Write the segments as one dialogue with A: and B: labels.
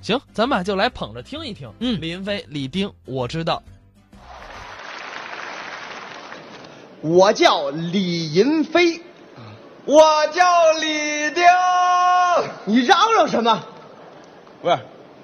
A: 行，咱们就来捧着听一听。
B: 嗯
A: 林飞、李丁，我知道。
C: 我叫李银飞，
D: 我叫李丁，
C: 你嚷嚷什么？
D: 不是，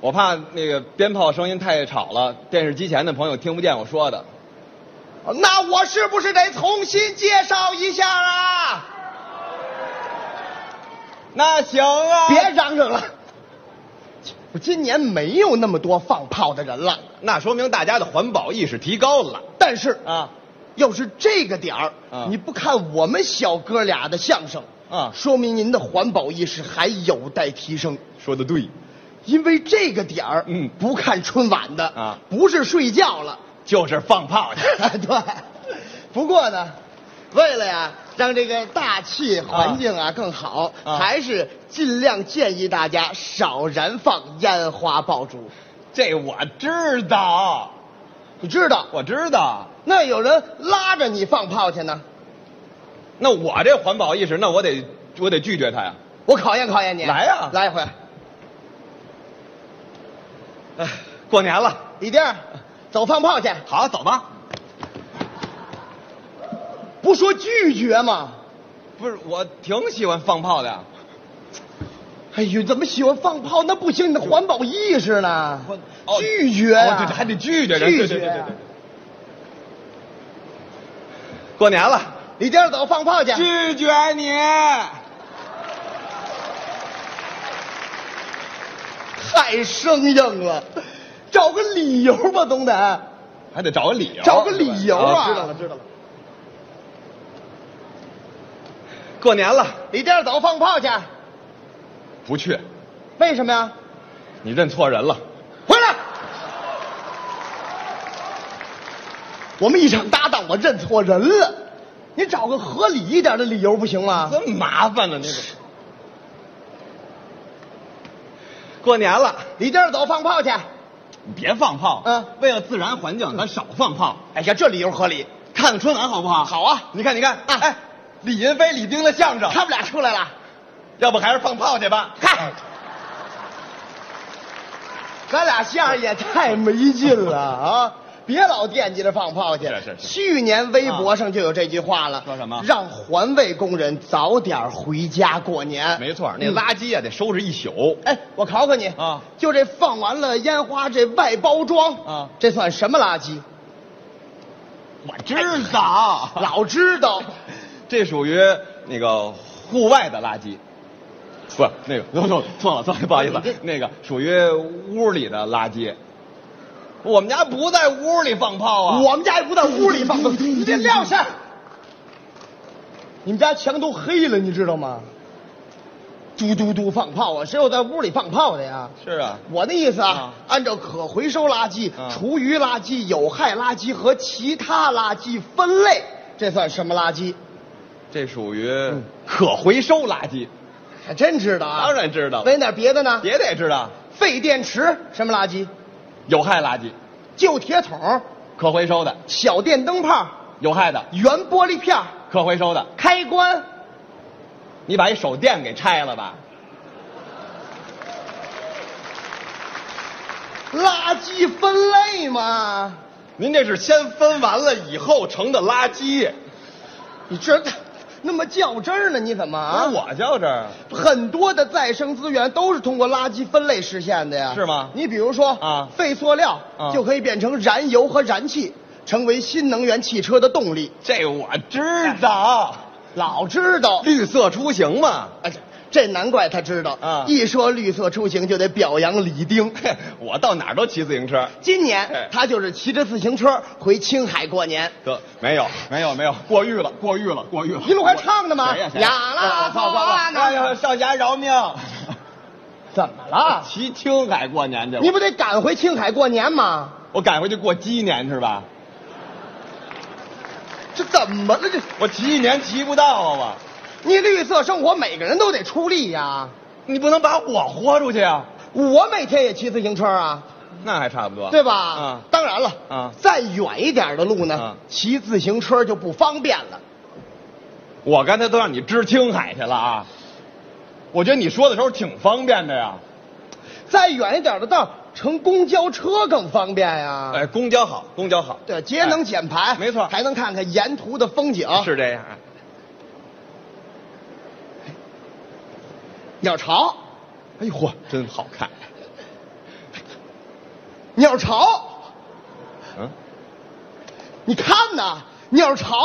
D: 我怕那个鞭炮声音太吵了，电视机前的朋友听不见我说的。
C: 哦那我是不是得重新介绍一下啊？
D: 那行啊，
C: 别嚷嚷了，我今年没有那么多放炮的人了，
D: 那说明大家的环保意识提高了
C: 但是
D: 啊。
C: 要是这个点儿、
D: 啊
C: 你不看我们小哥俩的相声
D: 啊
C: 说明您的环保意识还有待提升。
D: 说的对，
C: 因为这个点儿，
D: 嗯
C: 不看春晚的
D: 啊
C: 不是睡觉了，
D: 就是放炮去。
C: 对。不过呢，为了呀让这个大气环境啊更好，
D: 啊
C: 还是尽量建议大家少燃放烟花爆竹。
D: 这我知道，
C: 你知道，
D: 我知道。
C: 那有人拉着你放炮去呢，
D: 那我这环保意识，那我得我得拒绝他呀。
C: 我考验考验你。
D: 来啊呀
C: 来一回。
D: 哎， 过年了，
C: 李丁儿，走放炮去，
D: 好，走吧。
C: 不说拒绝吗？
D: 不是，我挺喜欢放炮的呀。
C: 哎呦，怎么喜欢放炮？那不行，你的环保意识呢
D: 我哦？
C: 拒绝呀、
D: 哦对对还得拒绝人
C: 拒
D: 对
C: 绝啊
D: 对对
C: 呀、
D: 对对过年了，
C: 李丁儿走，放炮去。
D: 拒绝你。
C: 太生硬了，找个理由吧，总得
D: 还得找个理由，
C: 找个理由啊。
D: 哦知道了，
C: 知道了。
D: 过年了，
C: 李丁儿走，放炮去。
D: 不去，
C: 为什么呀？
D: 你认错人了。
C: 回来。我们一场搭档，我认错人了。你找个合理一点的理由不行吗？
D: 这么啊麻烦呢，那个。过年了，
C: 李丁儿走，放炮去。
D: 你别放炮。
C: 嗯
D: 为了自然环境，咱少放炮。
C: 哎呀，这理由合理。
D: 看看春晚好不好？
C: 好啊
D: 你看，你看，哎，李云飞、李丁的相声，
C: 他们俩出来了。
D: 要不还是放炮去吧？
C: 嗨，咱俩相声也太没劲 了啊！别老惦记着放炮去。
D: 是是是
C: 去年微博上就有这句话了，
D: 说什么
C: 让环卫工人早点回家过年。
D: 没错，那
C: 嗯
D: 垃圾啊得收拾一宿。
C: 哎，我考考你
D: 啊
C: 就这放完了烟花这外包装
D: 啊
C: 这算什么垃圾？
D: 我知道，
C: 老知 道，
D: 这属于那个户外的垃圾，不是那个，no, no, 错了错了，不好意思，那个属于屋里的垃圾。我们家不在屋里放炮啊，
C: 我们家也不在屋里放的，你这撂下。你们家墙都黑了，你知道吗？嘟嘟嘟放炮啊！谁有在屋里放炮的呀？
D: 是啊，
C: 我那意思啊
D: 啊，
C: 按照可回收垃圾、
D: 啊
C: 厨余垃圾、有害垃圾和其他垃圾分类，这算什么垃圾？
D: 这属于可回收垃圾，
C: 还真知道啊！
D: 当然知道了
C: 问点别的呢？
D: 也得知道
C: 废电池什么垃圾？
D: 有害垃圾，
C: 旧铁桶、
D: 可回收的，
C: 小电灯泡、
D: 有害的，
C: 圆玻璃片、
D: 可回收的。
C: 开关。
D: 你把一手电给拆了吧？
C: 垃圾分类嘛，
D: 您这是先分完了以后成的垃
C: 啊
D: 圾
C: 你这那么较真儿呢？你怎么啊？
D: 我较真儿，
C: 很多的再生资源都是通过垃圾分类实现的呀，
D: 是吗
C: 你比如说
D: 啊
C: 废塑料
D: 啊
C: 就可以变成燃油和燃气，成为新能源汽车的动力。
D: 这我知道。
C: 老知道，
D: 绿色出行嘛，
C: 哎，这这难怪他知道
D: 啊
C: 一说绿色出行，就得表扬李丁。
D: 嘿我到哪儿都骑自行车。
C: 今年
D: 哎
C: 他就是骑着自行车回青海过年，
D: 得，没有，没有，没有，过誉了，过誉了，过誉了。
C: 一路还唱呢吗
D: 谁呀？谁
C: 呀啦啊
D: 哦放放放哎呀，少侠饶命！
C: 怎么了？
D: 骑青海过年去了，
C: 啊你不得赶回青海过年吗？
D: 我赶回去过鸡年是吧？
C: 这怎么了？这
D: 我骑一年骑不到啊！我，
C: 你绿色生活，每个人都得出力呀、
D: 你不能把我豁出去啊！
C: 我每天也骑自行车啊，
D: 那还差不多，
C: 对吧？
D: 啊、
C: 当然了，
D: 啊
C: 再远一点的路呢，
D: 啊
C: 骑自行车就不方便了。
D: 我刚才都让你知青海去了啊！我觉得你说的时候挺方便的呀。
C: 再远一点的道，乘公交车更方便呀。
D: 哎，公交好，公交好，
C: 对，节能减排，
D: 哎没错
C: 还能看看沿途的风景。
D: 是这样。
C: 鸟巢，
D: 哎呦嚯，真好看。
C: 鸟巢，
D: 嗯，
C: 你看呐，鸟巢，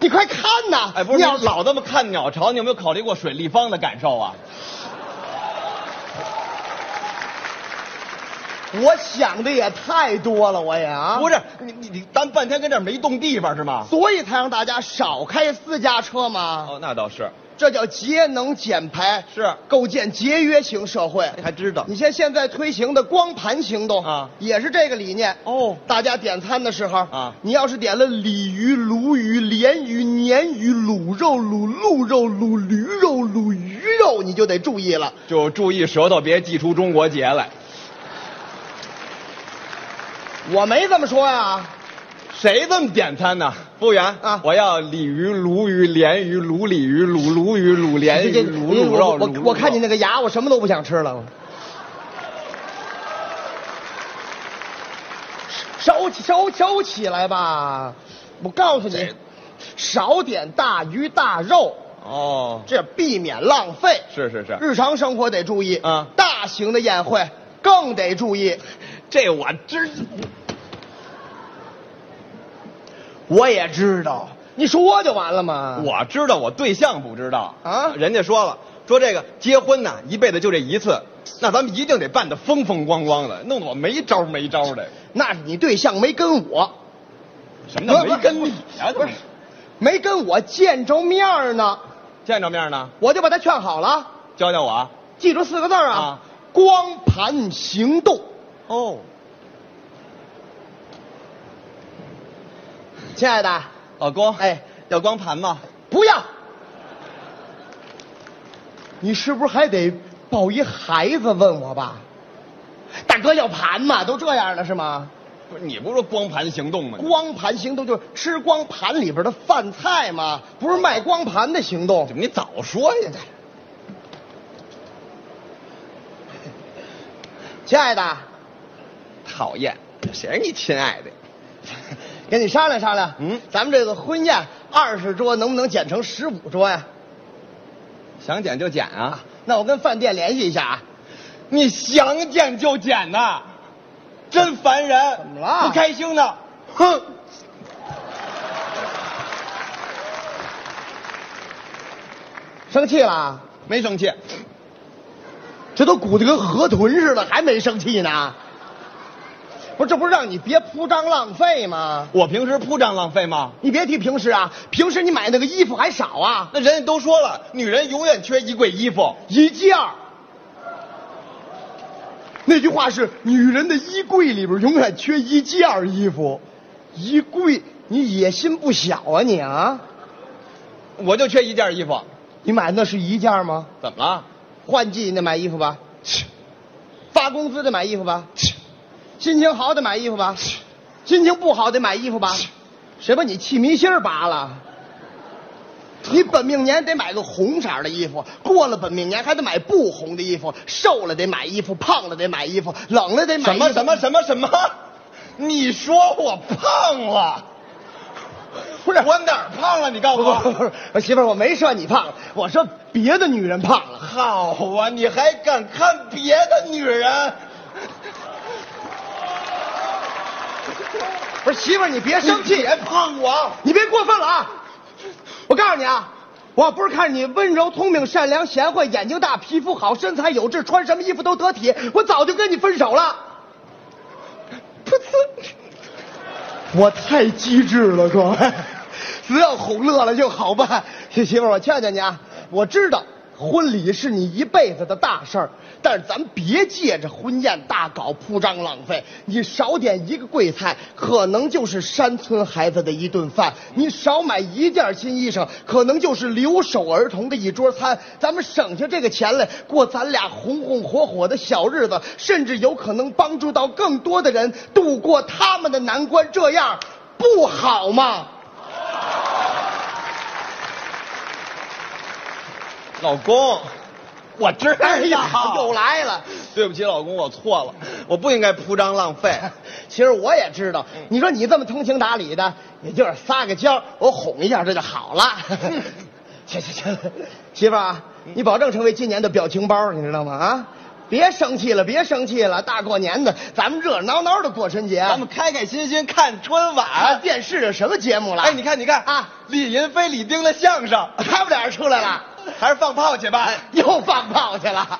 C: 你快看呐！
D: 哎，不是，你
C: 鸟
D: 要老这么看鸟巢，你有没有考虑过水立方的感受啊？
C: 我想的也太多了，我也啊，
D: 不，是，你你你单半天跟这儿没动地方是吗？
C: 所以才让大家少开私家车嘛，
D: 哦，那倒是，
C: 这叫节能减排，
D: 是
C: 构建节约型社会。
D: 还知道
C: 你像现在推行的光盘行动
D: 啊
C: 也是这个理念。
D: 哦
C: 大家点餐的时候
D: 啊
C: 你要是点了鲤鱼、鲈鱼、鲢鱼、鲶鱼、卤肉、卤鹿肉、卤驴肉、卤鱼肉，你就得注意了。
D: 就注意舌头别祭出中国结来。
C: 我没这么说呀、
D: 谁这么点餐呢？服务员
C: 啊
D: 我要鲤鱼、鲈鱼、鲢鱼、鲈鲤鱼、鲈鲈鱼、鲈 鲢
C: 这
D: 鱼、
C: 这
D: 鲈卤肉。
C: 我我我看你那
D: 个，
C: 个牙，我什么都不想吃了。我少起少少起来吧！我告诉你
D: 这，
C: 少点大鱼大肉，
D: 哦，
C: 这避免浪费。
D: 是是是，
C: 日常生活得注意
D: 啊
C: 大型的宴会更得注意。
D: 这我知，
C: 我也知道，你说就完了嘛。
D: 我知道，我对象不知道
C: 啊
D: 人家说了，说这个结婚呐，一辈子就这一次，那咱们一定得办得风风光光的，弄得我没招儿没招儿的。
C: 那是你对象没跟我，
D: 什么叫没跟你啊？
C: 不是，没跟我见着面儿呢，
D: 见着面呢，
C: 我就把他劝好了。
D: 教教我啊。
C: 记住四个字儿啊，
D: 啊
C: 光盘行动。
D: 哦，
C: 亲爱的，
D: 老公，
C: 哎，
D: 要光盘吗？
C: 不要，你是不是还得抱一孩子问我吧？大哥要盘嘛，都这样了是吗？
D: 不是，你不是说光盘行动吗？
C: 光盘行动就是吃光盘里边的饭菜嘛，不是卖光盘的行动
D: 怎。么你早说呀？
C: 亲爱的，
D: 讨厌，谁是你亲爱的？
C: 跟你商量商量，
D: 嗯
C: 咱们这个婚宴二十桌能不能减成十五桌呀、
D: 想减就减啊！
C: 那我跟饭店联系一下啊。
D: 你想减就减呐、真烦人！
C: 怎么了
D: 不开心呢？
C: 哼，生气啦？
D: 没生气，
C: 这都鼓得跟河豚似的，还没生气呢？不是，这不是让你别铺张浪费吗？
D: 我平时铺张浪费吗？
C: 你别提平时啊，平时你买那个衣服还少啊，
D: 那人家都说了，女人永远缺一柜衣服。
C: 一件儿。那句话是：女人的衣柜里边永远缺一件儿衣服。衣柜，你野心不小啊你啊！
D: 我就缺一件衣服，
C: 你买那是一件儿吗？
D: 怎么了？
C: 换季你得买衣服吧，发工资得买衣服吧，心情好得买衣服吧，心情不好得买衣服吧。谁把你气迷心儿拔了？你本命年得买个红色儿的衣服，过了本命年还得买不红的衣服。瘦了得买衣服，胖了得买衣服，冷了得买
D: 什
C: 衣服。
D: 么什么什么什么？你说我胖了？
C: 不是
D: 我哪儿胖了？你告诉
C: 不不不
D: 我。
C: 不不，媳妇儿，我没说你胖了，我说别的女人胖了。
D: 好啊，你还敢看别的女人？
C: 不是媳妇儿，你别生气
D: 你，别碰我！
C: 你别过分了啊！我告诉你啊，我要不是看你温柔、聪明、善良、贤惠、眼睛大、皮肤好、身材有致，穿什么衣服都得体，我早就跟你分手了。噗呲！我太机智了， 各位，只要哄乐了就好办。媳妇儿，我劝劝你啊，我知道婚礼是你一辈子的大事儿，但是咱别借着婚宴大搞铺张浪费。你少点一个贵菜，可能就是山村孩子的一顿饭；你少买一件新衣裳，可能就是留守儿童的一桌餐。咱们省下这个钱来，过咱俩红红火火的小日子，甚至有可能帮助到更多的人度过他们的难关。这样不好吗？
D: 老公，我知道。
C: 哎呀，又来了。
D: 对不起，老公，我错了，我不应该铺张浪费。
C: 其实我也知道，
D: 嗯
C: 你说你这么通情达理的，也就是撒个娇，我哄一下这就好 了。行行行，媳妇儿啊，
D: 嗯
C: 你保证成为今年的表情包，你知道吗？啊，别生气了，别生气了，大过年的，咱们热热闹闹的过春节。
D: 咱们开开心心看春晚。
C: 啊，电视上什么节目了？
D: 哎，你看，你看
C: 啊，
D: 李云 飞、李丁的相声，
C: 他们俩人出来了，
D: 还是放炮去吧。
C: 又放炮去了。